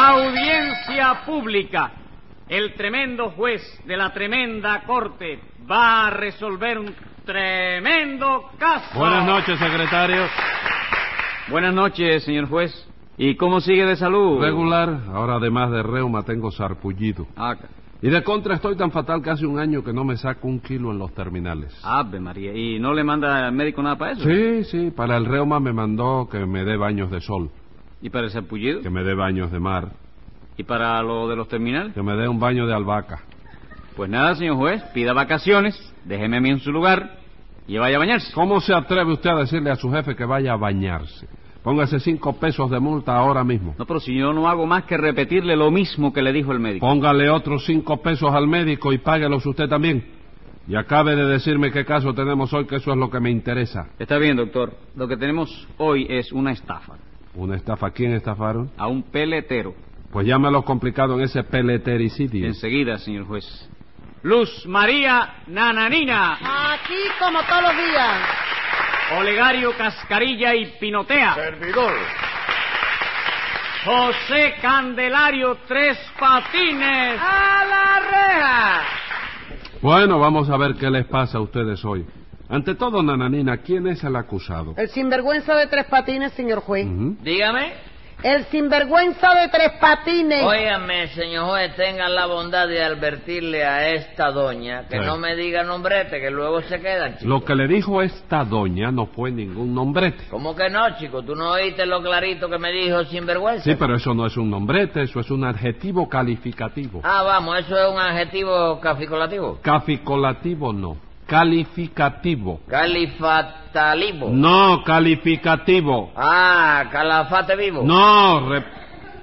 Audiencia pública. El tremendo juez de la tremenda corte va a resolver un tremendo caso. Buenas noches, secretario. Buenas noches, señor juez. ¿Y cómo sigue de salud? Regular, ahora además de reuma tengo sarpullido. Ah, ca- Y de contra estoy tan fatal que hace un año que no me saco un kilo en los terminales. Ave María. ¿Y no le manda al médico nada para eso? Sí, sí, para el reuma me mandó que me dé baños de sol, ¿Y para el sarpullido? que me dé baños de mar, ¿Y para lo de los terminales? que me dé un baño de albahaca. Pues nada, señor juez. Pida vacaciones, déjeme a mí en su lugar y vaya a bañarse. ¿Cómo se atreve usted a decirle a su jefe que vaya a bañarse? Póngase cinco pesos de multa ahora mismo. No, pero si yo no hago más que repetirle lo mismo que le dijo el médico. Póngale otros cinco pesos al médico y páguelos usted también. Y acabe de decirme qué caso tenemos hoy, que eso es lo que me interesa. Está bien, doctor. Lo que tenemos hoy es una estafa ¿Una estafa? ¿Quién estafaron? a un peletero. Pues llámalo complicado en ese peletericidio. Enseguida, señor juez. Luz María Nananina, Aquí como todos los días. Olegario Cascarilla y Pinotea, Servidor. José Candelario Tres Patines. ¡A la reja! Bueno, vamos a ver qué les pasa a ustedes hoy. Ante todo, Nananina, ¿quién es el acusado? El sinvergüenza de tres patines, señor juez. Ujú. Dígame. El sinvergüenza de tres patines. Óigame, señor juez, tengan la bondad de advertirle a esta doña que Sí. no me diga nombrete, que luego se quedan, chicos. Lo que le dijo esta doña no fue ningún nombrete. ¿Cómo que no, chico? ¿Tú no oíste lo clarito que me dijo sinvergüenza? Sí, pero eso no es un nombrete, eso es un adjetivo calificativo. Ah, vamos, eso es un adjetivo caficolativo. Caficolativo no, calificativo. Califatalivo. No, calificativo. Ah, calafate vivo. No, rep-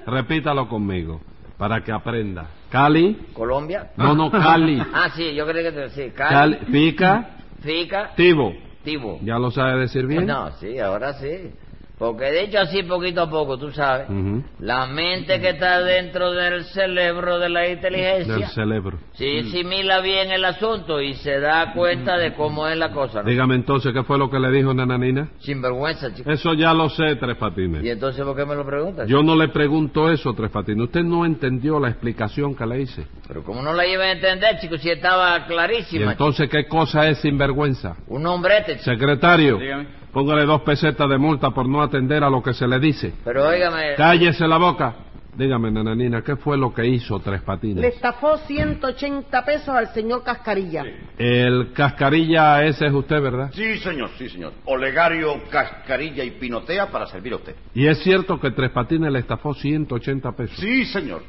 repítalo conmigo para que aprenda. Cali, ¿Colombia? no, no, cali. Ah, sí, yo creí que te decía. Cali. Calificativo. Tivo. ¿Ya lo sabe decir bien? No, sí, ahora sí. Porque dicho así poquito a poco, tú sabes, Ujú. la mente que está dentro del cerebro de la Del Mm. inteligencia, cerebro. sí simila bien el asunto y se da cuenta de cómo es la cosa, ¿no? Dígame entonces qué fue lo que le dijo Nananina. Sinvergüenza, chico. Eso ya lo sé, Tres ¿Y Patines. entonces por qué me lo preguntas? Eh. Yo no le pregunto eso, Tres Patines. Usted no entendió la explicación que le hice. Pero como no la iba a entender, chico, si estaba ¿Y clarísima. chico. entonces qué cosa es sinvergüenza? Un hombrete, chico. Secretario, Dígame. póngale dos pesetas de multa por no atender a lo que se le dice. Pero óigame, Cállese la boca. Dígame, nananina, ¿qué fue lo que hizo Tres Le Patines? estafó 180 pesos al señor Cascarilla. El cascarilla ese es usted, ¿verdad? Sí, señor, sí, señor. Olegario, cascarilla y pinotea para servir a usted. Y es cierto que Tres Patines le estafó 180 pesos. Sí, señor.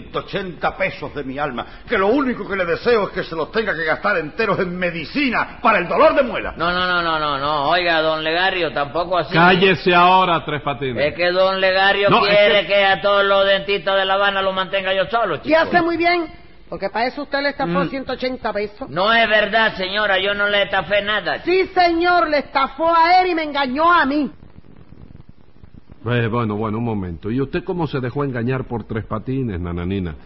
180 pesos de mi alma, que lo único que le deseo es que se los tenga que gastar enteros en medicina para el dolor de muela. no, no, no, no, no, no, oiga, don Legario, tampoco así. ¿eh? Cállese ahora, Tres Patines. Es que don Legario No, es quiere que- que... a todos los dentistas de La Habana lo mantenga yo solo, chico. Y hace muy bien, porque para eso usted le estafó 180 pesos. No es verdad, señora, yo no le estafé nada. Sí, señor, le estafó a él y me engañó a mí. Eh, bueno, bueno, un momento. ¿Y usted cómo se dejó engañar por Tres Patines, nananina?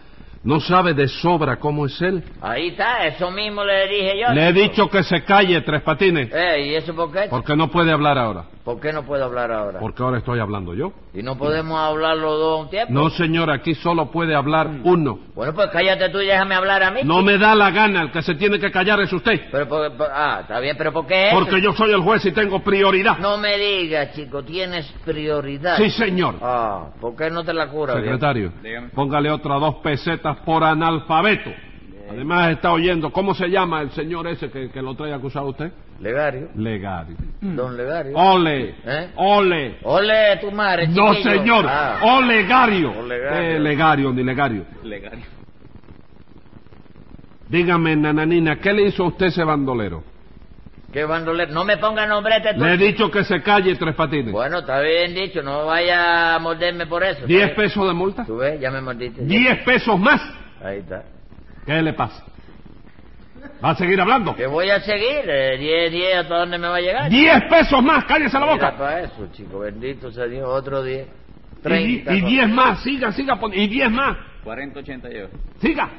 ¿No sabe de sobra cómo es él? Ahí está, eso mismo le dije yo. Le he chico. dicho que se calle, Tres Patines. Eh, ¿y eso por qué? chico? Porque no puede hablar ahora. ¿Por qué no puedo hablar ahora? Porque ahora estoy hablando yo. ¿Y no podemos hablar los dos a un tiempo? No, señor, aquí solo puede hablar uno. Bueno, pues cállate tú y déjame hablar a mí. No me da la gana, el que se tiene que callar es usted. Pero, por- por- ah, está bien, pero ¿por qué eso? Porque yo soy el juez y tengo prioridad. No me digas, chico, tienes prioridad. Sí, señor. Ah, ¿por qué no te la curas? bien? Secretario, Dígame. póngale otras dos pesetas por analfabeto. Además está oyendo, ¿cómo se llama el señor ese que, que lo trae acusado usted? Legario, Legario. don Legario. Ole, ¿Eh? ole. Ole, tu madre, Oh. No, chiquillo. señor, Ah. olegario. Olegario. Eh, legario, ni legario. Dígame, nananina, ¿qué le hizo a usted ese bandolero? ¿Qué bandolero? No me ponga nombrete tú. Oh. Le he dicho que se calle, Tres Patines. Eh, pues, Bueno, está bien dicho, no vaya a morderme por eso. ¿Diez ¿sabes? pesos de multa? pues, ¿Tú ves? Ya me mordiste. ¿Diez pesos más? Ahí está. ¿Qué le pasa? ¿Va a seguir hablando? Que voy a seguir, eh, diez, diez, hasta dónde me va a llegar. ¡Diez pesos más! ¡Cállese la Mira boca! para eso, chico, bendito sea Dios, otro diez. Y, pues, di- Treinta. y con- diez más, siga, siga, pon- y diez más, 40-80 lleva. siga.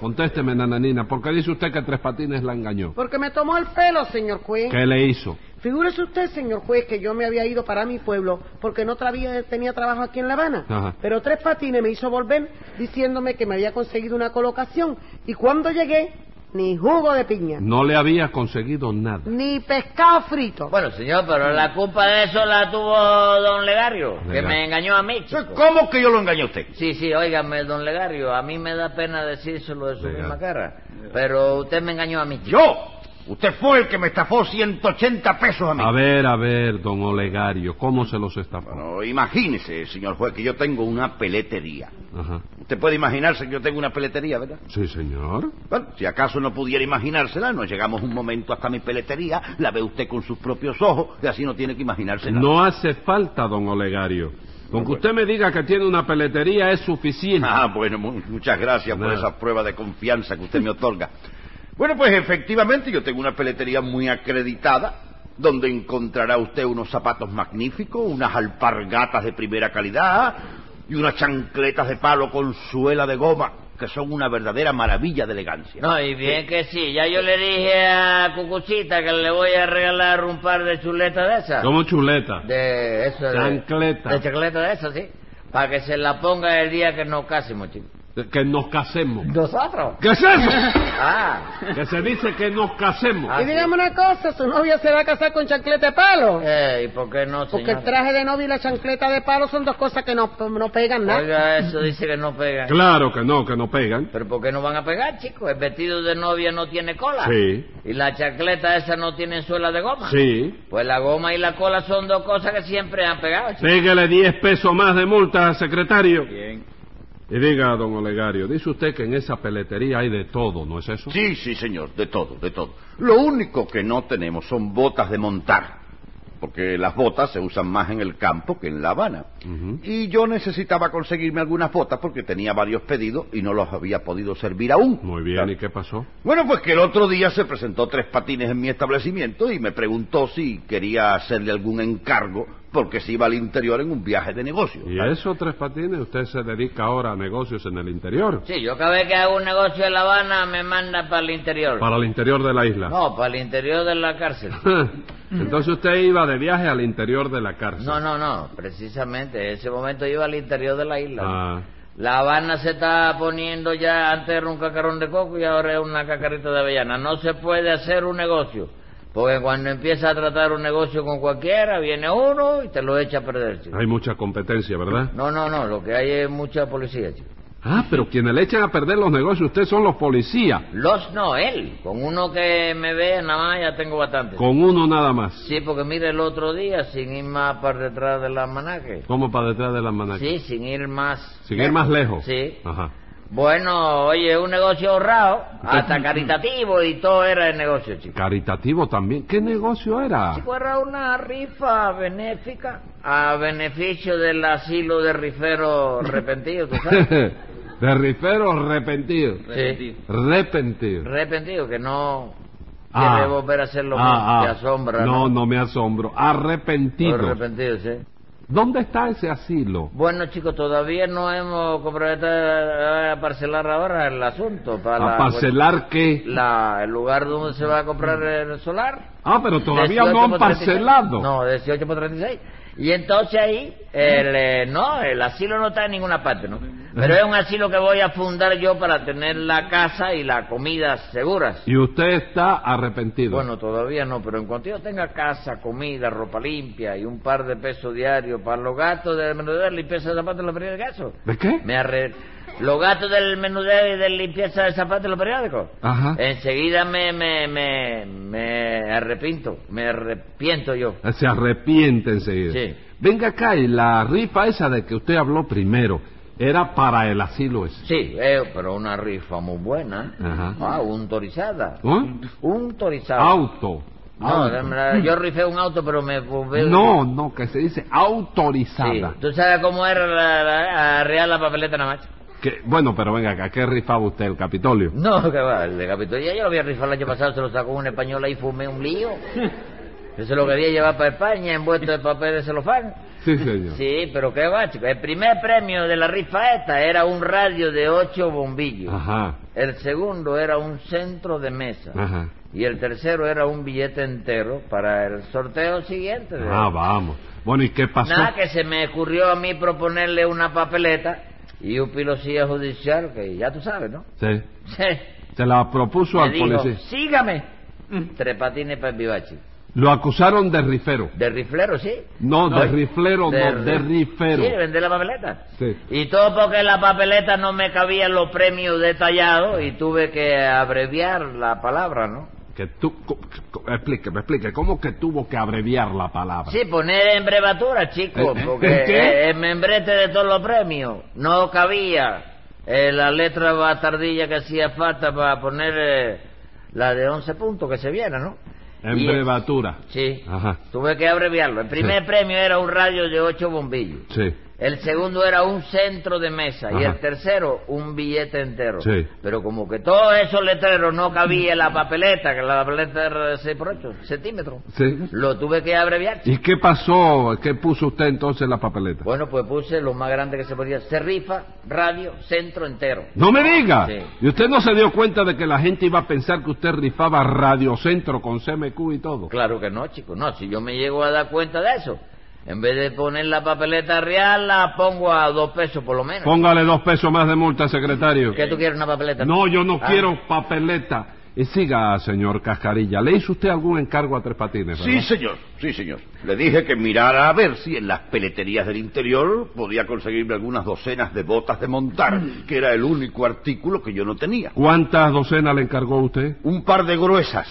Contésteme, nananina, ¿por qué dice usted que Tres Patines la engañó? Porque me tomó el pelo, señor juez. ¿Qué le hizo? Figúrese usted, señor juez, que yo me había ido para mi pueblo porque no trabía- tenía trabajo aquí en La Habana. Ajá. Pero Tres Patines me hizo volver diciéndome que me había conseguido una colocación. Y cuando llegué, ni jugo de piña, No le había conseguido nada. ni pescado frito. Bueno, señor, pero la culpa de eso la tuvo don Legario, que Legario. me engañó a mí. chico. ¿Cómo que yo lo engañé a usted? Sí, sí, óigame, don Legario, a mí me da pena decírselo de su Legario. misma cara, pero usted me engañó a mí. chico. ¿Yo? Usted fue el que me estafó 180 pesos a mí. A ver, a ver, don Olegario, ¿cómo se los estafó? Bueno, imagínese, señor juez, que yo tengo una peletería. Ajá. Usted puede imaginarse que yo tengo una peletería, ¿verdad? Sí, señor. Bueno, si acaso no pudiera imaginársela, nos llegamos un momento hasta mi peletería, la ve usted con sus propios ojos y así no tiene que imaginársela. No hace falta, don Olegario. Con que usted me diga que tiene una peletería es suficiente. Ah, bueno, mu- muchas gracias por Nada. esa prueba de confianza que usted me otorga. Bueno, pues efectivamente yo tengo una peletería muy acreditada, donde encontrará usted unos zapatos magníficos, unas alpargatas de primera calidad y unas chancletas de palo con suela de goma, que son una verdadera maravilla de elegancia. No, y bien que sí, ya yo le dije a Cucuchita que le voy a regalar un par de chuletas de esas. Como chuleta. De eso de- Chancleta. De chancleta de esas, sí. Para que se la ponga el día que nos casemos, chico. Que nos casemos. ¿Nosotros? ¿Qué es eso? Ah, que se dice que nos casemos. Ah, y dígame una cosa, su novia se va a casar con chancleta de palo. eh, ¿y por qué no, porque señor? el traje de novia y la chancleta de palo son dos cosas que no, no pegan nada. Oiga, eso dice que no pega. Claro que no, que no pegan. ¿Pero por qué no van a pegar, chico? El vestido de novia no tiene cola. Sí. Y la chancleta esa no tiene suela de goma. Sí. Pues la goma y la cola son dos cosas que siempre han pegado, chico. Pégale 10 pesos más de multa al secretario. Bien. Y diga, don Olegario, dice usted que en esa peletería hay de todo, ¿no es eso? Sí, sí, señor, de todo, de todo. Lo único que no tenemos son botas de montar, porque las botas se usan más en el campo que en La Habana. Ujú. Y yo necesitaba conseguirme algunas botas porque tenía varios pedidos y no los había podido servir aún. Muy bien, ¿y qué pasó? Bueno, pues que el otro día se presentó tres patines en mi establecimiento y me preguntó si quería hacerle algún encargo porque se iba al interior en un viaje de negocio. Y eso, Tres Patines, usted se dedica ahora a negocios en el interior. Sí, yo cada vez que hago un negocio en La Habana me manda para el interior. Para el interior de la isla. No, para el interior de la cárcel. Entonces usted iba de viaje al interior de la cárcel. No, no, no, precisamente. En ese momento iba al interior de la isla. Ah, La Habana se está poniendo ya, antes era un cacarón de coco y ahora es una cacarita de avellana. No se puede hacer un negocio, porque cuando empieza a tratar un negocio con cualquiera, viene uno y te lo echa a perder, chico. hay mucha competencia, ¿verdad? No, no, no, lo que hay es mucha policía, chico. Ah, pero quienes le echan a perder los negocios, usted son los policías. Los no, él. Con uno que me ve, nada más ya tengo bastante. Con uno nada más. Sí, porque mire, el otro día, sin ir más para detrás del almanaque. Como para detrás de la manaca. Sí, sin ir más. Sin ir más lejos. Sí. Ajá. Bueno, oye, un negocio ahorrado, hasta caritativo y todo era el negocio, chico. Caritativo también. ¿Qué negocio era? Chico, era una rifa benéfica a beneficio del asilo de riferos repentidos, ¿tú sabes? de rifero repentido. Sí, Repentido. repentido, que no Ah. quiere volver a hacer lo Ah, mismo, te ah. asombra. No, no me asombro. Arrepentido. Los repentidos, sí. ¿Dónde está ese asilo? Bueno, chicos, todavía no hemos comprometido a parcelar ahora el asunto. Para ¿A la- parcelar qué? la- el lugar donde se va a comprar el solar. Ah, pero todavía no 18 han por 36. parcelado. No, 18 por 36. Y entonces ahí, el, eh, no, el asilo no está en ninguna parte, ¿no? Pero es un asilo que voy a fundar yo para tener la casa y la comida seguras. Y usted está arrepentido. Bueno, todavía no, pero en cuanto yo tenga casa, comida, ropa limpia y un par de pesos diarios para los gastos del menudeo, limpieza de zapatos, los periódicos, eso, ¿De qué? me arre... Los gastos del menudeo y de limpieza de zapatos, los periódicos. Ajá. Enseguida me, me, me, me arrepinto, me arrepiento yo. Se arrepiente enseguida. Sí. Venga acá, y la rifa esa de que usted habló primero, era para el asilo ese. Sí, eh, pero una rifa muy buena. Ajá. Ah, un torizada. ¿Eh? Un torizada. Auto. No, Auto. de verdad, yo rifé un auto, pero me volví- No, no, que se dice Sí, autorizada. ¿Tú sabes cómo era la, la- la real la papeleta nada más? Que- bueno, pero venga acá, ¿qué rifaba usted, el Capitolio? No, que va, el de Capitolio. Ya yo lo había rifado el año pasado, se lo sacó un español ahí, fumé un lío. Yo se lo quería llevar para España envuelto de papel de celofán. Sí, señor. Sí, pero qué va, chico. El primer premio de la rifa esta era un radio de ocho bombillos. Ajá, El segundo era un centro de mesa. ajá. Ah, Y el tercero era un billete entero para el sorteo siguiente. de- Ah, vamos. Bueno, ¿y qué pasó? Nada, que se me ocurrió a mí proponerle una papeleta y un pilosía judicial, que ya tú sabes, ¿no? Se, Sí. se la propuso Me al dijo, policía. sígame. Mm. Tres patines para el vivachi. Lo acusaron de rifero. De riflero, sí. No, de riflero, no, ri- de rifero. Sí, de vender la papeleta. Sí. Y todo porque en la papeleta no me cabían los premios detallados y tuve que abreviar la palabra, ¿no? Que tú, co- co- explíqueme, explíqueme, ¿cómo que tuvo que abreviar la palabra? Sí, poner en brevatura, chico, ¿Eh? porque ¿Eh? ¿Qué? eh, el membrete de todos los premios no cabía eh, la letra batardilla que hacía falta para poner eh, la de 11 puntos que se viera, ¿no? En Y- brevatura. Sí, Ajá. tuve que abreviarlo. El primer Sí. premio era un radio de ocho bombillos. Sí. El segundo era un centro de mesa y Ajá. el tercero un billete entero. Sí. Pero como que todos esos letreros no cabía en la papeleta, que la papeleta era de 6 por 8 centímetros, sí. lo tuve que abreviar. ¿Y qué pasó? ¿Qué puso usted entonces en la papeleta? Bueno, pues puse lo más grande que se podía. Se rifa, radio, centro entero. No me diga. Sí. ¿Y usted no se dio cuenta de que la gente iba a pensar que usted rifaba Radiocentro con CMQ y todo? Claro que no, chico. No, si yo me llego a dar cuenta de eso, en vez de poner la papeleta real, la pongo a dos pesos por lo menos. Póngale dos pesos más de multa, secretario. ¿Qué tú quieres, una papeleta? No, yo no Ah. quiero papeleta. Y siga, señor Cascarilla. ¿Le hizo usted algún encargo a Tres Patines? Sí, verdad? señor, sí, señor. Le dije que mirara a ver si en las peleterías del interior podía conseguirme algunas docenas de botas de montar, Mm. que era el único artículo que yo no tenía. ¿Cuántas docenas le encargó usted? Un par de gruesas,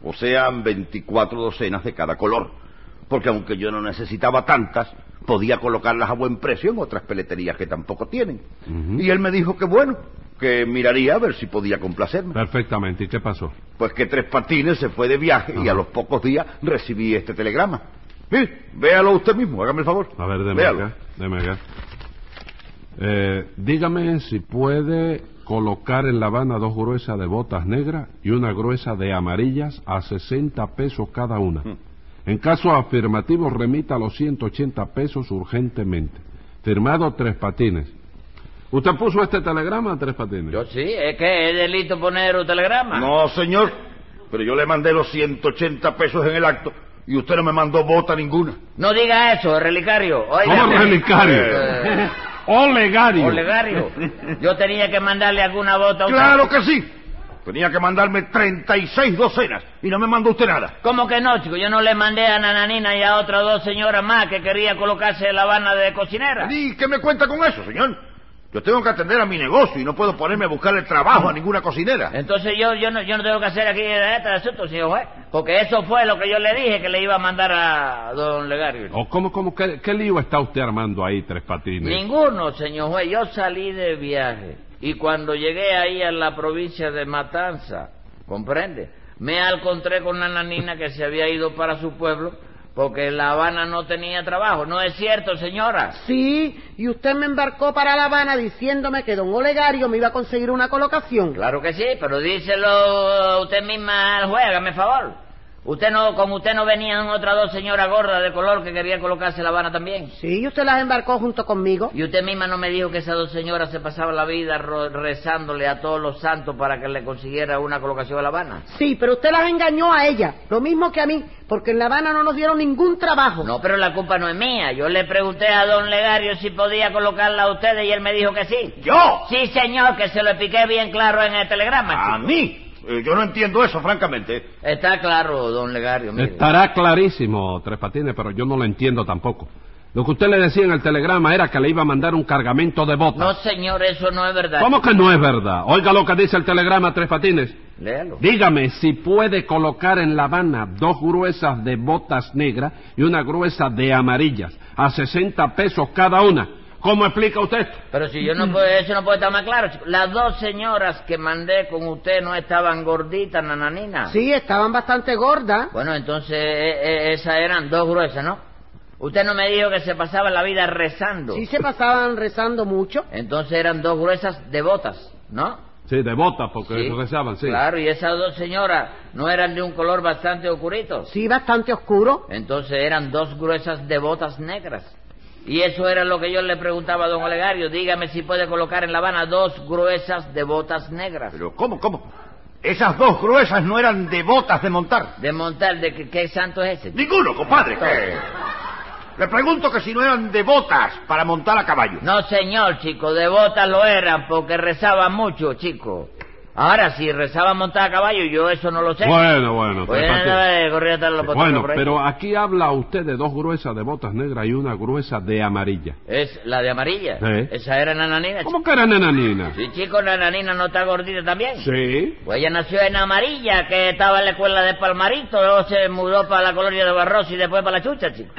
o sea, 24 docenas de cada color. Porque aunque yo no necesitaba tantas, podía colocarlas a buen precio en otras peleterías que tampoco tienen. Ujú. Y él me dijo que bueno, que miraría a ver si podía complacerme. Perfectamente. ¿Y qué pasó? Pues que Tres Patines se fue de viaje y Ajá. a los pocos días recibí este telegrama. Mire, véalo usted mismo, hágame el favor. A ver, deme Véalo. acá. Deme acá. Eh, dígame si puede colocar en La Habana dos gruesas de botas negras y una gruesa de amarillas a 60 pesos cada una. En caso afirmativo, remita los 180 pesos urgentemente. Firmado Tres Patines. ¿Usted puso este telegrama a Tres Patines? Yo sí, es que es delito poner un telegrama. No, señor, pero yo le mandé los 180 pesos en el acto y usted no me mandó bota ninguna. No diga eso, relicario. Oiga, ¿Cómo relicario? Eh. Olegario. Olegario. Yo tenía que mandarle alguna bota a usted. ¡Claro que sí! Tenía que mandarme 36 docenas y no me mandó usted nada. ¿Cómo que no, chico? Yo no le mandé a Nananina y a otras dos señoras más que quería colocarse la habana de cocinera. ¿Y qué me cuenta con eso, señor? Yo tengo que atender a mi negocio y no puedo ponerme a buscarle trabajo a ninguna cocinera. Entonces yo, yo, no, yo no tengo que hacer aquí este asunto, señor juez, porque eso fue lo que yo le dije que le iba a mandar a don Legario. ¿O cómo, cómo, qué, qué lío está usted armando ahí, Tres Patines? Ninguno, señor juez. Yo salí de viaje y cuando llegué ahí a la provincia de Matanza, ¿comprende? Me encontré con una nanina que se había ido para su pueblo porque La Habana no tenía trabajo. No es cierto, señora. Sí, y usted me embarcó para La Habana diciéndome que don Olegario me iba a conseguir una colocación. Claro que sí, pero díselo usted misma al juez, hágame favor. Usted no, como usted no venían otras dos señoras gordas de color que querían colocarse La Habana también. Sí, y usted las embarcó junto conmigo. Y usted misma no me dijo que esas dos señoras se pasaban la vida ro- rezándole a todos los santos para que le consiguiera una colocación a La Habana. Sí, pero usted las engañó a ella, lo mismo que a mí, porque en La Habana no nos dieron ningún trabajo. No, pero la culpa no es mía. Yo le pregunté a don Legario si podía colocarla a ustedes y él me dijo que sí. ¡Yo! Sí, señor, que se lo expliqué bien claro en el telegrama. ¿A chico. mí? Eh, Yo no entiendo eso, francamente. Está claro, don Legario. mire. Estará clarísimo, Tres Patines, pero yo no lo entiendo tampoco. Lo que usted le decía en el telegrama era que le iba a mandar un cargamento de No, botas. señor, eso no es verdad. ¿Cómo que no es verdad? Oiga lo que dice el telegrama, Tres Patines. Léalo. Dígame si puede colocar en La Habana dos gruesas de botas negras y una gruesa de amarillas, a 60 pesos cada una. ¿Cómo explica usted esto? Pero si yo no puedo, eso no puede estar más claro. chico. Las dos señoras que mandé con usted no estaban gorditas, nananina. Sí, estaban bastante gordas. Bueno, entonces e- e- esas eran dos gruesas, ¿no? Usted no me dijo que se pasaba la vida rezando. Sí, se pasaban rezando mucho. Entonces eran dos gruesas devotas, ¿no? Sí, de botas, porque rezaban, sí. Claro, y esas dos señoras no eran de un color bastante oscurito. Sí, bastante oscuro. Entonces eran dos gruesas devotas negras. Y eso era lo que yo le preguntaba a don Olegario. Dígame si puede colocar en La Habana dos gruesas de botas negras. Pero ¿cómo, cómo? Esas dos gruesas no eran de botas de montar. De montar, ¿de qué, qué santo es ese? Ninguno, compadre. ¿qué? Le pregunto que si no eran de botas para montar a caballo. No, señor, chico, de botas lo eran porque rezaba mucho, chico. Ahora, si rezaba montar a caballo, yo eso no lo sé. Bueno, bueno, Pues, tres patines. eh, corría a dar los botones Bueno, por ahí. pero aquí habla usted de dos gruesas de botas negras y una gruesa de amarilla. Es la de amarilla. Sí. Esa era Nananina. ¿Cómo que era nenanina? Si chico, Nananina no está gordita también. Sí. Pues ella nació en Amarilla, que estaba en la escuela de Palmarito, luego se mudó para la colonia de Barros y después para la Chucha, chico.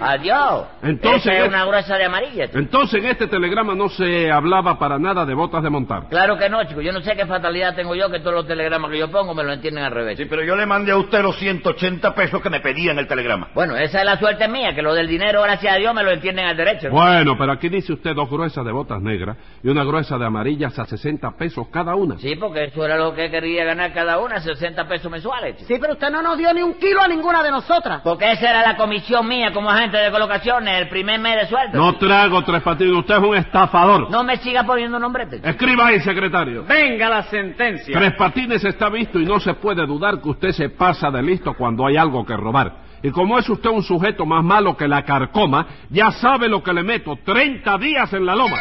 Adiós. Entonces- Esa es una gruesa de amarilla, chico. Entonces en este telegrama no se hablaba para nada de botas de montar. Claro que no, chico. Yo no sé qué fatalidad tengo yo que todos los telegramas que yo pongo me lo entienden al revés. Sí, pero yo le mandé a usted los 180 pesos que me pedía en el telegrama. Bueno, esa es la suerte mía, que lo del dinero, gracias a Dios, me lo entienden al derecho. Bueno, pero aquí dice usted dos gruesas de botas negras y una gruesa de amarillas a 60 pesos cada una. Sí, porque eso era lo que quería ganar cada una, 60 pesos mensuales, chico. Sí, pero usted no nos dio ni un kilo a ninguna de nosotras. Porque esa era la comisión mía como agente de colocaciones, el primer mes de sueldo. No chico. trago tres patines, usted es un estafador. No me siga poniendo nombrete. chico. Escriba ahí, secretario. Venga la sentencia. Tres Patines está visto y no se puede dudar que usted se pasa de listo cuando hay algo que robar. Y como es usted un sujeto más malo que la carcoma, ya sabe lo que le meto, 30 días en la loma.